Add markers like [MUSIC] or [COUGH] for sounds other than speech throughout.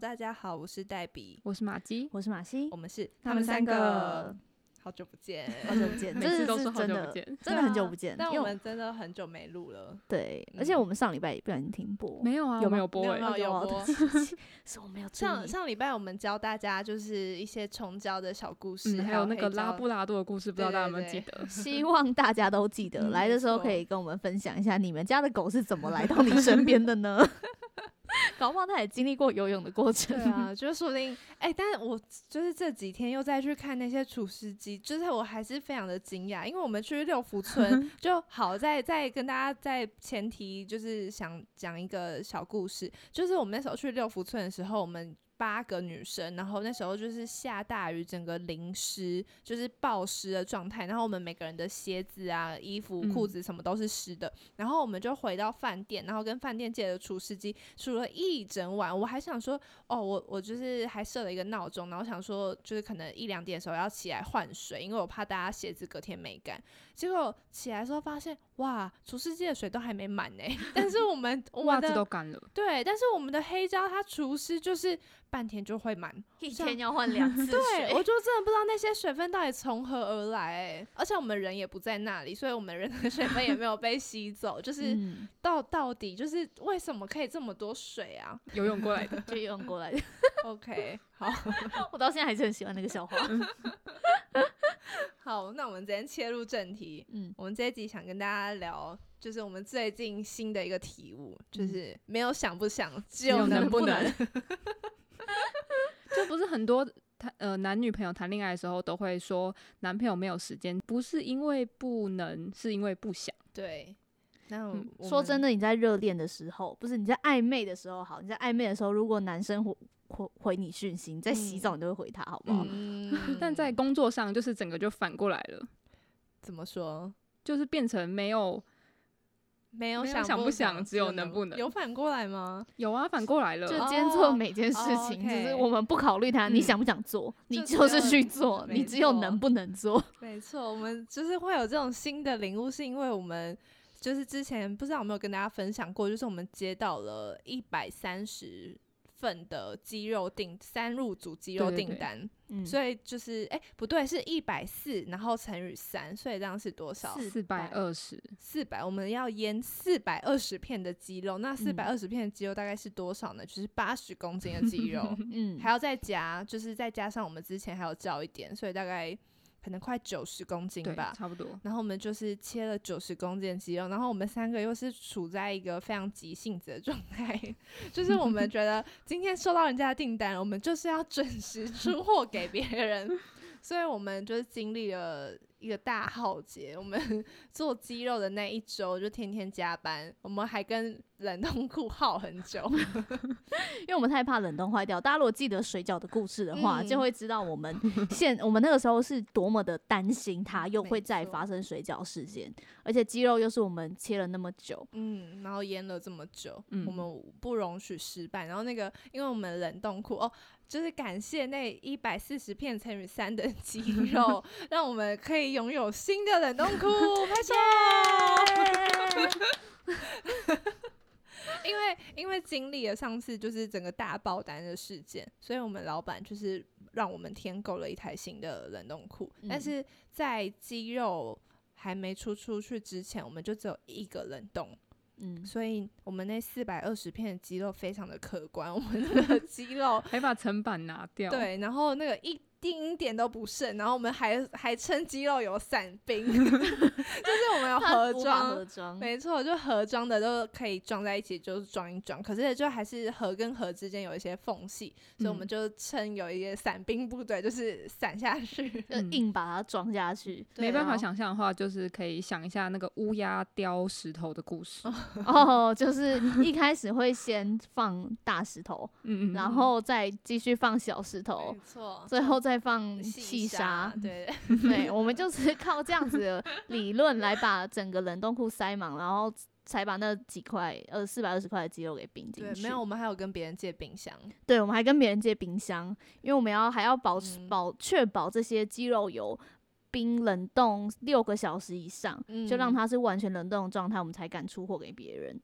大家好，我是黛比，我是马姬，我是马西我，们是他们三个个，好久不见， [LAUGHS] 好久不见， [LAUGHS] 每这次是都是好真久不的，见，真的很久不见，但因为我我们真的很久没录了，对，嗯而且我们上礼拜也不小心停播，没有啊，有我没吗有没播有哎、没有有哦播。对不起 [LAUGHS] 是我没有注上意。上礼拜我们教大家就是一些虫胶的小故事，嗯，还有有那黑个拉胶布拉多的故事，不知道对大家有对没有记对 [LAUGHS] 得？希望大家都记得，嗯来的时候没错可以跟我们分享一下你们家的狗是怎么来到你身边的呢？搞不好它也经历过游泳的过程。对啊，就是说不定哎、但是我就是这几天又再去看那些厨师机，就是我还是非常的惊讶，因为我们去六福村就好在在跟大家在前提就是想讲一个小故事，就是我们那时候去六福村的时候，我们。八个女生，然后那时候就是下大雨，整个淋湿，就是暴湿的状态。然后我们每个人的鞋子啊、衣服、裤嗯子什么都是湿的。然后我们就回到饭店，然后跟饭店借的厨师机，数了一整晚。我还想说，哦，我我就是还设了一个闹钟，然后想说就是可能一两点的时候要起来换水，因为我怕大家鞋子隔天没干。结果起来的时候发现，哇，除湿机的水都还没满呢、 [LAUGHS] 但是我们我袜们子的都干了，对，但是我们的黑胶它除湿就是半天就会满，一天要换两次 [LAUGHS] 对，我就真的不知道那些水分到底从何而来、欸，而且我们人也不在那里，所以我们人的水分也没有被吸走，就是嗯，到到底就是为什么可以这么多水啊游泳过来的。 [LAUGHS] 就用过来的。 [LAUGHS] ？OK，好 [LAUGHS] 我到现在还是很喜欢那个笑话。好，那我们今天切入正题，嗯，我们这一集想跟大家聊。就是我们最近新的一个体悟，就是没有想不想，只嗯有有能能不不能能。 [LAUGHS] 就不是很多谈呃男女朋友谈恋爱的时候都会说男朋友没有时间，不是因为不能，是因为不想。对，那我嗯我说们真的，你在热恋的时候，不是你在暧昧的时候好，你在暧昧的时候，如果男生回回回你讯息，你在洗澡你都会回他，好不好？嗯但在工作上，就是整个就反过来了，怎么说？就是变成没有没有没有想想不想想，只有能不能有反过来吗？有啊，反过来了。就哦今天做每件事哦情， ，OK 只是我们不考虑他，嗯你想不想做，你就就是只有去做，没你只有错能不能做。没错，我们就是会有这种新的领悟，是因为我们就是之前不知道有没有跟大家分享过，就是我们接到了一百三十份的鸡肉订三入组鸡肉对对订对单，嗯，所以就是哎、不对，是一百四，然后乘以三，所以这样是多少？四百二十，四百，我们要腌四百二十片的鸡肉，那四百嗯二十片的鸡肉大概是多少呢？就是八十公斤的鸡 [LAUGHS] 肉。嗯，还要再加，就是再加上我们之前还有照一点，所以大概可能快九十公斤对，吧。差不多。然后我们就是切了九十公斤的肌肉，然后我们三个又是处在一个非常急性子的状态，就是我们觉得今天收到人家的订单，我们就是要准时出货给别人，所以我们就是经历了一个大浩劫。我们 [LAUGHS] 做肌肉的那一周就天天加班，我们还跟冷冻库耗很久。因为我们太怕冷冻坏掉。大家如果记得水饺的故事的话，嗯就会知道我们现我们那个时候是多么的担心它又会再没错发生水饺事件，而且鸡肉又是我们切了那么 [LAUGHS] 久，嗯，然后腌了这么久，嗯我们不容许失败。然后那个，因为我们冷冻库哦，就是感谢那一百四十片乘以三的 [LAUGHS] 鸡肉，让我们可以拥有新的冷冻库，拍手！因为因为经历了上次就是整个大爆单的事件，所以我们老板就是让我们添购了一台新的冷冻库，但嗯是在鸡肉还没出出去之前，我们就只有一个冷冻。嗯，所以我们那四百二十片的鸡肉非常的可观，我们那 [LAUGHS] 个鸡肉还把层板拿掉，，对，然后那个一丁点都不剩，然后我们还还称鸡肉有散 [LAUGHS] 冰，就是我们有盒装，盒装，没错，就盒装的都可以装在一起，就是装一装。可是就还是盒跟盒之间有一些缝隙，所以我们嗯就称有一些散冰部队，就是散下去。就嗯硬把它装 [LAUGHS] 下去，没办法然后想象的话，就是可以想一下那个乌鸦雕石头的故事。哦，就是一开始会先放大石头，嗯嗯，然后再继续放小石头。错最后再放细细 [LAUGHS] 沙沙，，对， [LAUGHS] 对，我们就是靠这样子的理论来把整个冷冻库塞满，然后才把那几块呃四百二十块的鸡肉给冰进对，去。没有，我，们还有跟别人借冰箱，对，我们还跟别人借冰箱，因为我们要还要保持嗯保确保这些鸡肉有冰冷冻六个小时以上，就让嗯它是完全冷冻的状态，我们才敢出货给别人。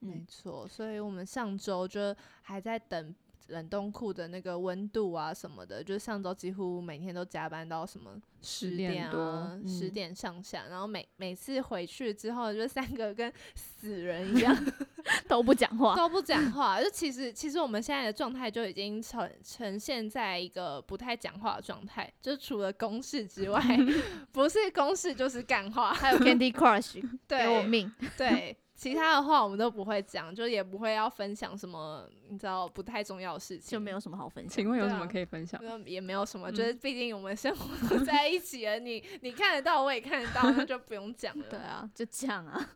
没嗯，错，所以我们上周就还在等冷冻库的那个温度啊什么的，就是上周几乎每天都加班到什么十10点点多啊、十嗯点上下，然后每每次回去之后，就三个跟死人一 [LAUGHS] 样都不讲 [LAUGHS] 话，都不讲话。就其实其实我们现在的状态就已经呈呈现在一个不太讲话的状态，就除了公事之 [LAUGHS] 外，不是公事就是干话。还有 Candy [LAUGHS] Crush 对，给我命， [LAUGHS] 对，其他的话我们都不会讲，就也不会要分享什么，你知道不太重要的事情，就没有什么好分享 [LAUGHS] 请。问有对什么啊可以分享？那也没有什么，嗯就是毕竟我们生活 [LAUGHS] 在一起了，你你看得到，我也看得到，那就不用讲了。对，啊，就这样啊。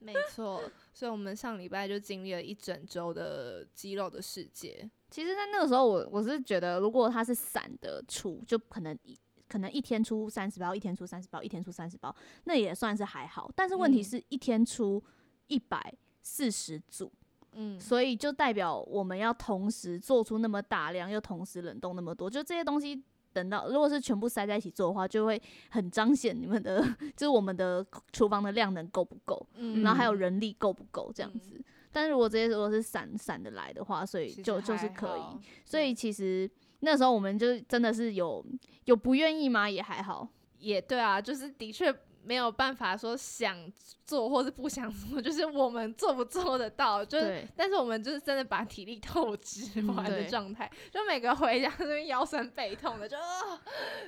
没错。所以我们上礼拜就经历了一整周的肌肉的世界。其实，在那个时候我，我是觉得，如果它是散的出，就可能一可能一天出三十包，一天出三十包，一天出三十包，那也算是还好。但是问题嗯是一天出一百四十组，嗯，所以就代表我们要同时做出那么大量，又同时冷冻那么多，就这些东西。等到如果是全部塞在一起做的话，就会很彰显你们的， [LAUGHS] 就是我们的厨房的量能够不够，嗯然后还有嗯人力够不够这样嗯子。但是如果这些如果是散散的来的话，所以其实就就还是可以好。所以其实那时候我们就真的是有有不愿意吗？也还好，也对啊，就是的确没有办法说想做或是不想做，就是我们做不做得到，就是对但是我们就是真的把体力透支嗯完的对状态，就每个回家都是腰酸背痛的，就、哦、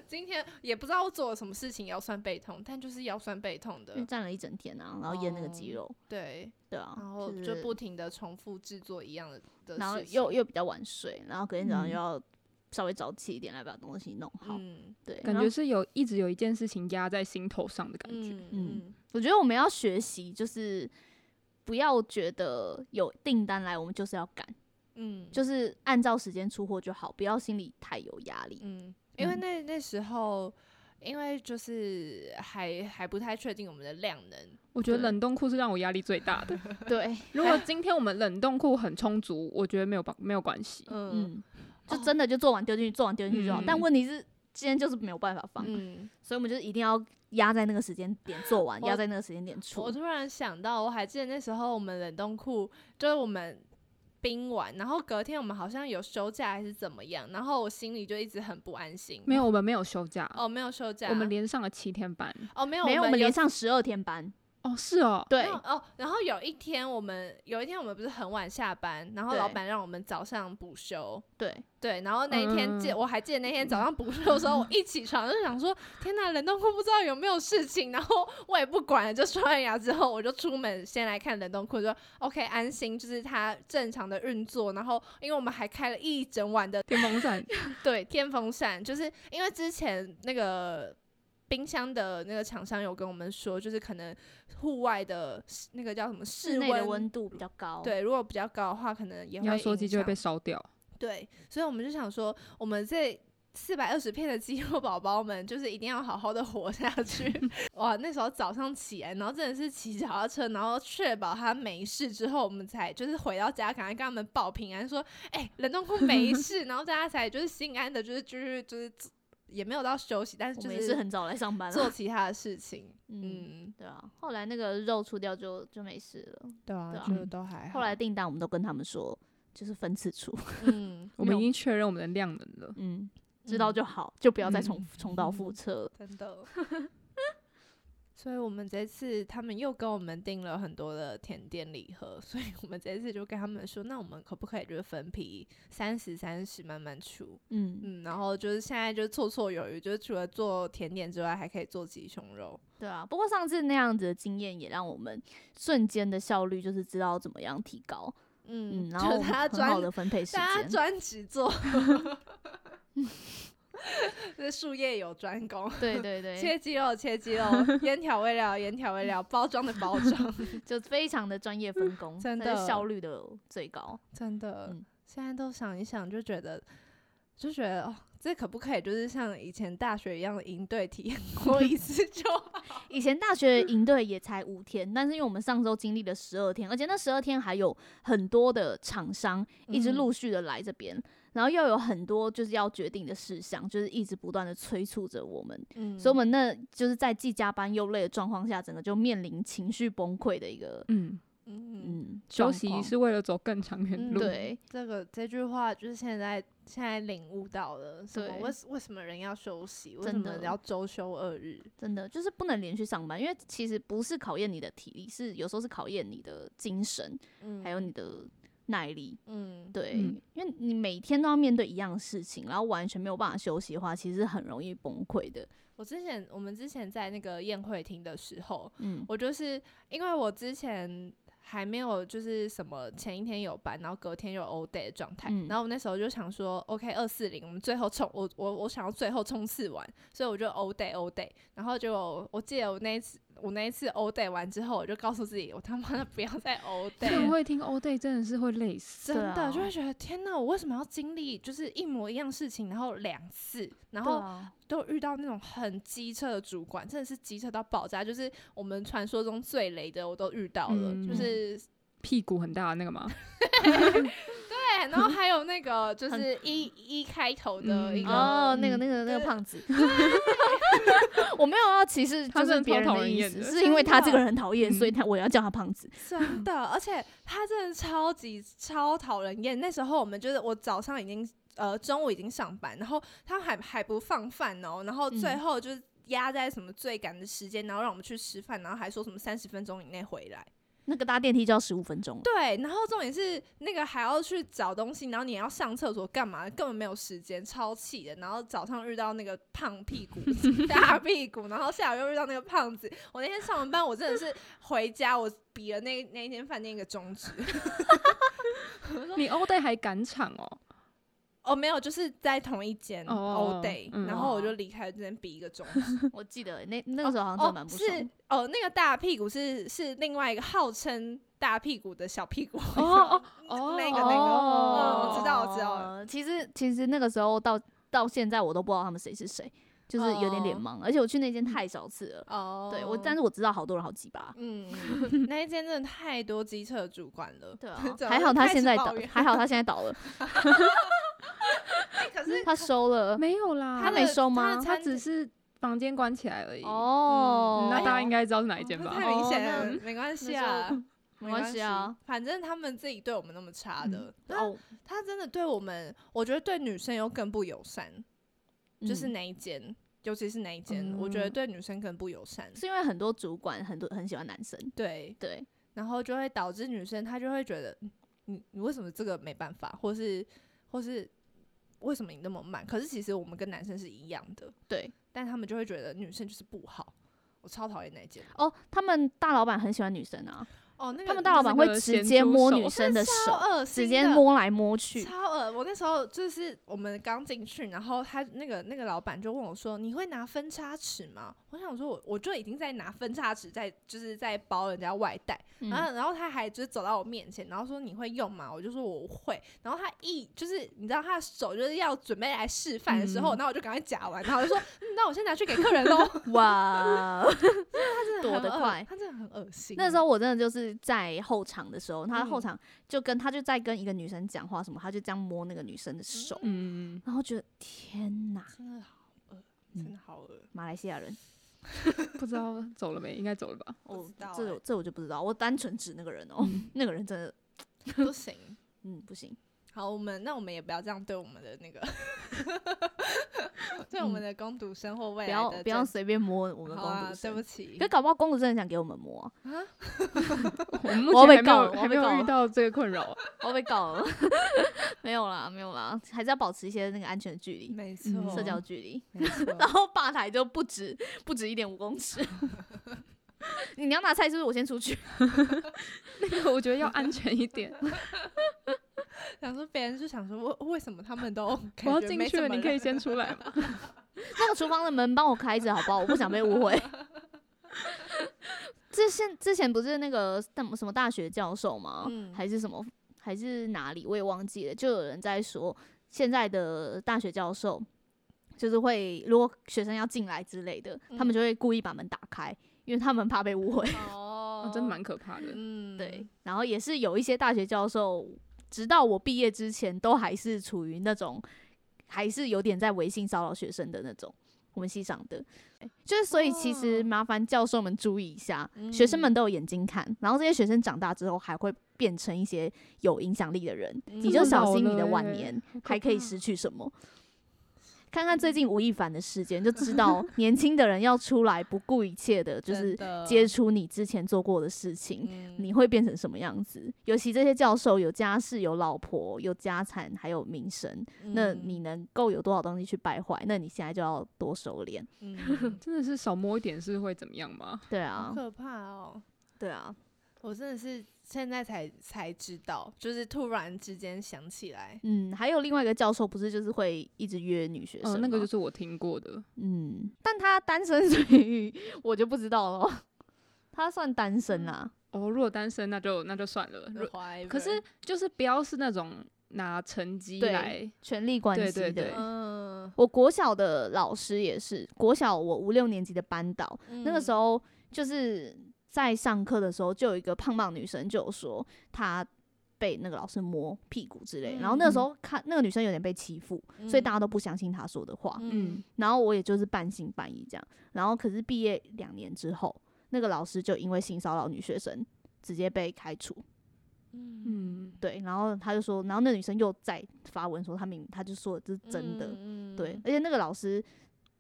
今天也不知道做了什么事情腰酸背痛，但就是腰酸背痛因为的，站了一整天啊，然后腌那个鸡哦肉，对，对啊，然后是就不停的重复制作一样的的事情，然后又又比较晚睡，然后隔天早上嗯又要稍微早起一点来把东西弄好。嗯对，感然觉后是有一直有一件事情压在心头上的感觉。嗯嗯我觉得我们要学习，就是不要觉得有订单来我们就是要赶，嗯，就是按照时间出货就好，不要心里太有压力。嗯，因为嗯那那时候。因为就是还还不太确定我们的量能，我觉得对冷冻库是让我压力最 [LAUGHS] 大的。嗯 [LAUGHS] 对，如果今天我们冷冻库很充足，我觉得没有关没有关系。嗯嗯，就哦真的就做完丢进去，做完丢进去就好。但嗯问题是今天就是没有办法放，嗯，所以我们就是一定要压在那个时间点做完，我压在那个时间点出我。突然想到，我还记得那时候我们冷冻库就是我们冰完，然后隔天我们好像有休假还是怎么样，然后我心里就一直很不安心。没有，我们没有休假，哦，没有休假，我们连上了七天 [LAUGHS] 班。哦没有没有，我我们有连上十二天班。哦，是哦，没对有，哦，然后有一天我们有一天我们不是很晚下班，然后对老板让我们早上补休。对，对，然后那一天记，嗯我还记得那天早上补 [LAUGHS] 休的时候，我一起床就想说，天哪，冷冻库不知道有没有事情，然后我也不管了，就刷完牙之后我就出门先来看冷冻库，就 OK 安心，就是它正常的运作。然后因为我们还开了一整晚的电风扇。对电风扇，就是因为之前那个。冰箱的那个厂商有跟我们说，就是可能户外的那个叫什么室室内的温，温度比较高。，对，如果比较高的话，可能也会压缩影机就会响被烧掉。对，所以我们就想说，我们这四百二十片的肌肉宝宝们，就是一定要好好的活下去。 [LAUGHS] 哇，那时候早上起来，然后真的是骑脚踏车，然后确保他没事之后，我们才就是回到家，赶快跟他们报平安，说，哎、冷冻库没 [LAUGHS] 事，然后大家才就是心安的，就是就是就是也没有到休息，但是我就们也是很早来上班啊做了。其他的事情。嗯，嗯，对啊。后来那个肉出掉就就没事了。对啊对啊就都还好。后来订单我们都跟他们说，就是分次出。嗯，我们已经确认我们的量能了。嗯， [LAUGHS] 知道嗯就好，就不要再重、嗯重蹈 [LAUGHS] 覆辙了。真的。所以我们这次他们又跟我们订了很多的甜点礼盒， [LAUGHS] 所以我们这次就跟他们说，那我们可不可以就是分批三十三十慢慢出？嗯，嗯，然后就是现在就绰绰有余，就是除了做甜点之外，还可以做鸡胸肉。对啊。不过上次那样子的经验也让我们瞬间的效率就是知道怎么样提高。嗯，嗯，然就后他很好专的分配时大家间。专职 [LAUGHS] 做，这术业有专攻。对对对，切鸡肉，切鸡 [LAUGHS] 肉；腌调味料，腌调味料；包装的包装。就非常的专业分 [LAUGHS] 工，真才是的效率的最高。真的，嗯现在都想一想就觉得，就觉得哦，这可不可以就是像以前大学一样应对体验过一次就好？以前大学营队也才五天，但是因为我们上周经历了十二天，而且那十二天还有很多的厂商一直嗯陆续的来这边，然后又有很多就是要决定的事项，就是一直不断的催促着我们嗯所以我们那就是在既加班又累的状况下，整个就面临情绪崩溃的一个嗯，嗯，嗯，休状息况是为了走更长远嗯路。对，这个这句话就是现在现在领悟到了，什么对为为什么人要休息，为什真么的人要周休二日？真的就是不能连续上班，因为其实不是考验你的体力，是有时候是考验你的精神，嗯，还有你的耐力。嗯，对，嗯因为你每天都要面对一样的事情，然后完全没有办法休息的话，其实很容易崩溃的。我之前我们之前在那个宴会厅的时候，嗯，我就是因为我之前还没有就是什么前一天有班，然后隔天有 all day 的状态，嗯然后我那时候就想说，OK 二四零，我们最后冲，我我我想要最后冲刺完，所以我就 all day all day，然后就我我记得我那一次我那一次 all day 完之后，我就告诉自己，我他妈的不要再 all [LAUGHS] 但 day 了。会听 all day 真的是会累死。真对啊的就会觉得天哪，我为什么要经历就是一模一样事情，然后两次，然后都遇到那种很机车的主管，真的是机车到爆炸，就是我们传说中最雷的，我都遇到了，嗯就是屁股很大的那 [LAUGHS] 个嘛，对，哎然后还有那 [LAUGHS] 个就很是一一开头的一嗯个，哦，那个嗯那个那个对胖子， [LAUGHS] 我没有要歧视，他就真是的别超人讨的人意厌思，的是因为真他这的个人很讨厌，所以嗯他我要叫他胖子。真的，而且他真的超级超讨人厌。那时候我们就是我早上已经呃中午已经上班，然后他还还不放饭哦，然后最嗯后就是压在什么最赶的时间，然后让我们去吃饭，然后还说什么三十分钟以内回来。那个搭电梯就要十五分钟了。对，然后重点是那个还要去找东西，然后你还要上厕所干嘛？根本没有时间，超气的。然后早上遇到那个胖屁 [LAUGHS] 股、大屁股，然后下午又遇到那个胖子。我那天上完班，我真的是回家，我比了那那一天饭店一个中指。 [LAUGHS] 你 all day 还赶场哦，哦，没有，就是在同一间 all 哦 day，、嗯然后我就离开了这边比一个中指。我记得那那个时候好像真的哦蛮，不爽是哦，那个大屁股是是另外一个号称大屁股的小屁股。哦哦那那个个那个，哦嗯，我知道，我知道了。其实其实那个时候到到现在我都不知道他们谁是谁，就是有点脸哦盲，而且我去那间太少次了。 [LAUGHS] 哦，对我，但是我知道好多人好鸡巴。嗯， [LAUGHS] 那一间真的太多机车的主管了。[LAUGHS] 对啊怎，么还好他开始现在抱倒怨，还好他现在倒了，哎 [LAUGHS] 可是他收了。没有啦，他的没收他吗的他餐只是房间关起来而已。哦嗯，那大家应该该知道是哪一间吧太？明显哦了那，没关系哦那啊就，没关系啊。，反正他们自己对我们那么差的，那哦，他真的对我们，我觉得对女生又更不友善，就是嗯哦那一间，尤其是那一间，我觉得嗯对女生更不友善。是因为很多主管很多很喜欢男生，对，对，然后就会导致女生她就会觉得，嗯你你为什么这个没办法，或是或是为什么你那么慢？可是其实我们跟男生是一样的，对，但他们就会觉得女生就是不好。我超讨厌那一件哦，他们大老板很喜欢女生啊，哦，那个他们大老板会直接摸女生的超手，恶心的，直接摸来摸去，超恶。我那时候就是我们刚进去，然后他那个那个老板就问我说：“你会拿分叉尺吗？”我想说我，我就已经在拿分叉尺在就是在包人家外带，嗯然后然后他还就是走到我面前，然后说：“你会用吗？”我就说我会。然后他一就是你知道他的手就是要准备来示范的时候，嗯然后我就赶快夹完，然后我就说：“嗯那我先拿去给客人 [LAUGHS] 喽。哇，” [LAUGHS] 他真的躲很得恶快他真的很恶心。那时候我真的就是在后场的时候，他嗯后场就跟他就在跟一个女生讲话什么，他就这样摸那个女生的手，嗯，然后觉得天哪，真的好恶，真的好恶。马来西亚人，不知道走了没，应该走了吧？ [LAUGHS] 不哦知道，这欸嗯我这我就不知道，我单纯指那个人哦， [LAUGHS] 那个人真的， [LAUGHS] 不行。嗯，不行，好，我们那我们也不要这样对我们的那个，对我们的攻读生或未不来的要政不要随便摸我们好公啊主，对不生。起可。搞不好公主真的想给我们摸啊，我们我目被前还没告了有我还没被告有遇了到这个困 [LAUGHS] 扰。我被告了，没有啦，没有啦，还是要保持一些那个安全的距离，没嗯错，啊社交距离。没错。 [LAUGHS] 然后吧台就不止不止一点五公尺。 [LAUGHS] 你要拿菜是不是？我先出去。那个我觉得要安全一 [LAUGHS] 点，想说别人就想说，为为什么他们都感我要觉进没去什了，么你可以人先出 [LAUGHS] 来吗？那个厨房的门帮我开着，好不好？我不想被误会。之前之前不是那个什么什么大学教授吗？嗯还是什么还是哪里？我也忘记了。就有人在说，现在的大学教授就是会，如果学生要进来之类的，他们嗯就会故意把门打开，因为他们怕被误会。 [LAUGHS] 哦哦真的蛮可怕的。嗯对，，然后也是有一些大学教授，直到我毕业之前，都还是处于那种还是有点在微信骚扰学生的那种。我我们系上的，就是所以其实哦麻烦教授们注意一下，嗯学生们都有眼睛看，然后这些学生长大之后还会变成一些有影响力的人，你就这么小老心你的了晚耶年好可还可以怕失去什么。看看最近吴亦凡的事件，就知道年轻的人要出来不顾一切的，就是接触，触你之前做过的事情，嗯你会变成什么样子？尤其这些教授有家室、有老婆、有家产，还有名声，那嗯你能够有多少东西去败坏？那你现在就要多收敛。 [LAUGHS] 嗯 [LAUGHS] 真的是少摸一点是会怎么样吗？对好啊，可怕哦！对啊，我真的是现在才才知道，就是突然之间想起来，嗯，还有另外一个教授不是就是会一直约女学生吗、呃，那个就是我听过的，嗯，但他单身， [LAUGHS] 所以我就不知道了。他算单身啦，哦，如果单身那就那就算了。如可是就是不要是那种拿成绩对来，权力关系对对的对。嗯，我国小的老师也是，国小我五六年级的班导，那个时候候就是在上课的时候，就有一个胖胖女生就有说她被那个老师摸屁股之类，然后那个时候看那个女生有点被欺负，嗯所以大家都不相信她说的话，嗯，然后我也就是半信半疑这样。然后可是毕业两年之后，那个老师就因为性骚扰女学生直接被开除。嗯，对，然后他就说，然后那女生又再发文说，她明她就说这是嗯真的。的对，而且那个老师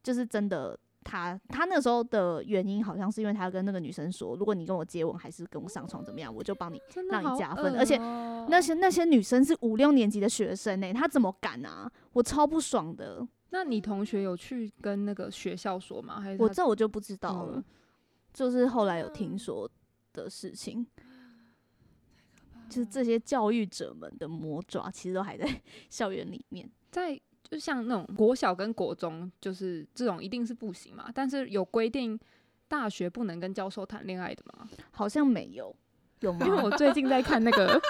就是真的。他他那时候的原因好像是因为他跟那个女生说，如果你跟我接吻还是跟我上床怎么样，我就帮你。真的让你好加分恶而且哦那些那些女生是五六年级的学生呢、欸她怎么敢啊？我超不爽的，那你同学有去跟那个学校说吗？还是我他这我就不知道了。嗯就是后来有听说的事情，嗯就是这些教育者们的魔爪，其实都还在 [LAUGHS] 校园里面。在就像那种国小跟国中，就是这种一定是不行嘛。但是有规定大学不能跟教授谈恋爱的嘛？好像没有，有吗因？为我最近在看那个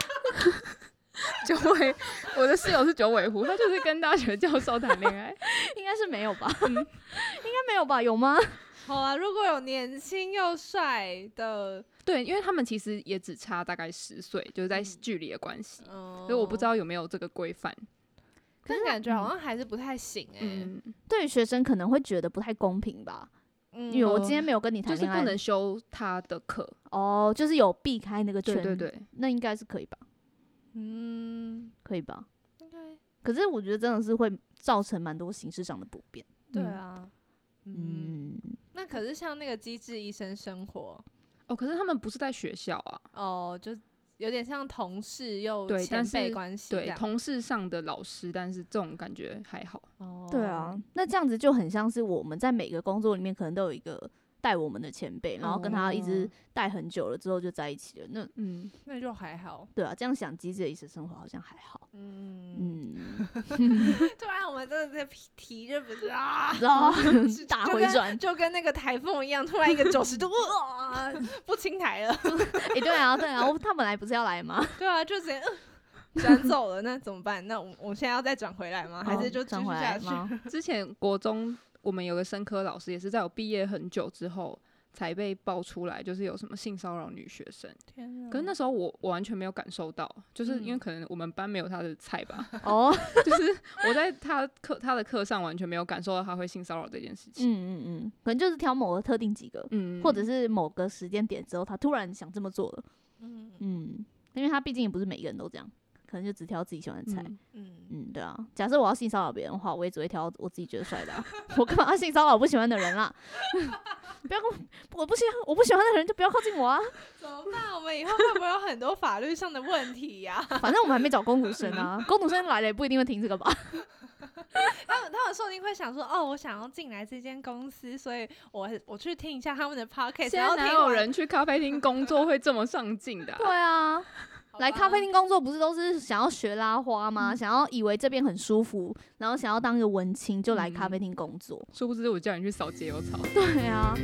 [LAUGHS] 九尾，我的室友是九尾狐，他就是跟大学教授谈恋爱。应该是没有吧？ [LAUGHS] 应该没有吧？有吗？好啊，如果有年轻又帅的，对，因为他们其实也只差大概十岁，就是嗯在距离的关系，哦嗯，所以我不知，道有没有这个规范。但感觉好像还是不太行哎，嗯，对于学生可能会觉得不太公平吧？嗯因为我哦今天没有跟你就谈是恋不爱，能修他的课。哦，就是有避开那个圈，对对，对，那应该是可以吧？哦嗯，可以吧？应该可是我觉得真的是会造成蛮多形式上的不便。对嗯啊，嗯，嗯，那可是像那个《机智医生生活哦，可是他们不是在学校啊，》哦，就有点像同事又对前但辈是关系这对，样，同事上的老师，但是这种感觉还好。哦对啊，，那这样子就很像是我们在每个工作里面可能都有一个带我们的前辈，然后跟他一直哦带很久了之后就在一起了。那嗯，那就还好，对啊，这样想机智的一生生活好像还好。嗯，嗯，突然我们真的在提这不是啊，然后是 [LAUGHS] 大就回跟转，就跟那个台风一样，突然一个九十度，哇，不清台了。哎、对啊，对啊，我他本来不是要来吗？对啊，就直接 [LAUGHS] 呃转走了，那怎么办？那我我现在要再转回来吗？啊还哦是就继转续回下来去？吗？ [LAUGHS] 之前国中我们有个生科老师，也是在我毕业很久之后才被爆出来，就是有什么性骚扰女学生。天啊可是那时候我我完全没有感受到，就是因为嗯可能我们班没有他的菜吧， [LAUGHS] 哦，就是我在他课他的课上完全没有感受到他会性骚扰这件事嗯情。嗯嗯，可能就是挑某个特定几个，嗯，或者是某个时间点之后，他突然想这么做了。嗯嗯，因为他毕竟也不是每个人都这样，可能就只挑自己喜欢的菜。嗯嗯，嗯，对啊。假设我要性骚扰别人的话，我也只会挑我自己觉得帅的、啊。我干嘛要性骚扰我不喜欢的人啦？ [LAUGHS] 不要跟我，我不喜欢我不喜欢的人就不要靠近我啊！怎么办？我们以后会不会有很多法律上的问题呀、 [LAUGHS] 反正我们还没找公主生啊，公主生来了也不一定会听这个吧？他们他们说不定会想说，哦，我想要进来这间公司，所以我我去听一下他们的 podcast，现然后在听哪有完人去咖啡厅工作会这么上进的啊、 [LAUGHS] 对啊，好来吧咖啡厅工作不是都是想要学拉花吗？想要以为这边很舒服，嗯然后想要当一个文青，就来咖啡厅工作。殊不知我叫你去扫街油草。对啊，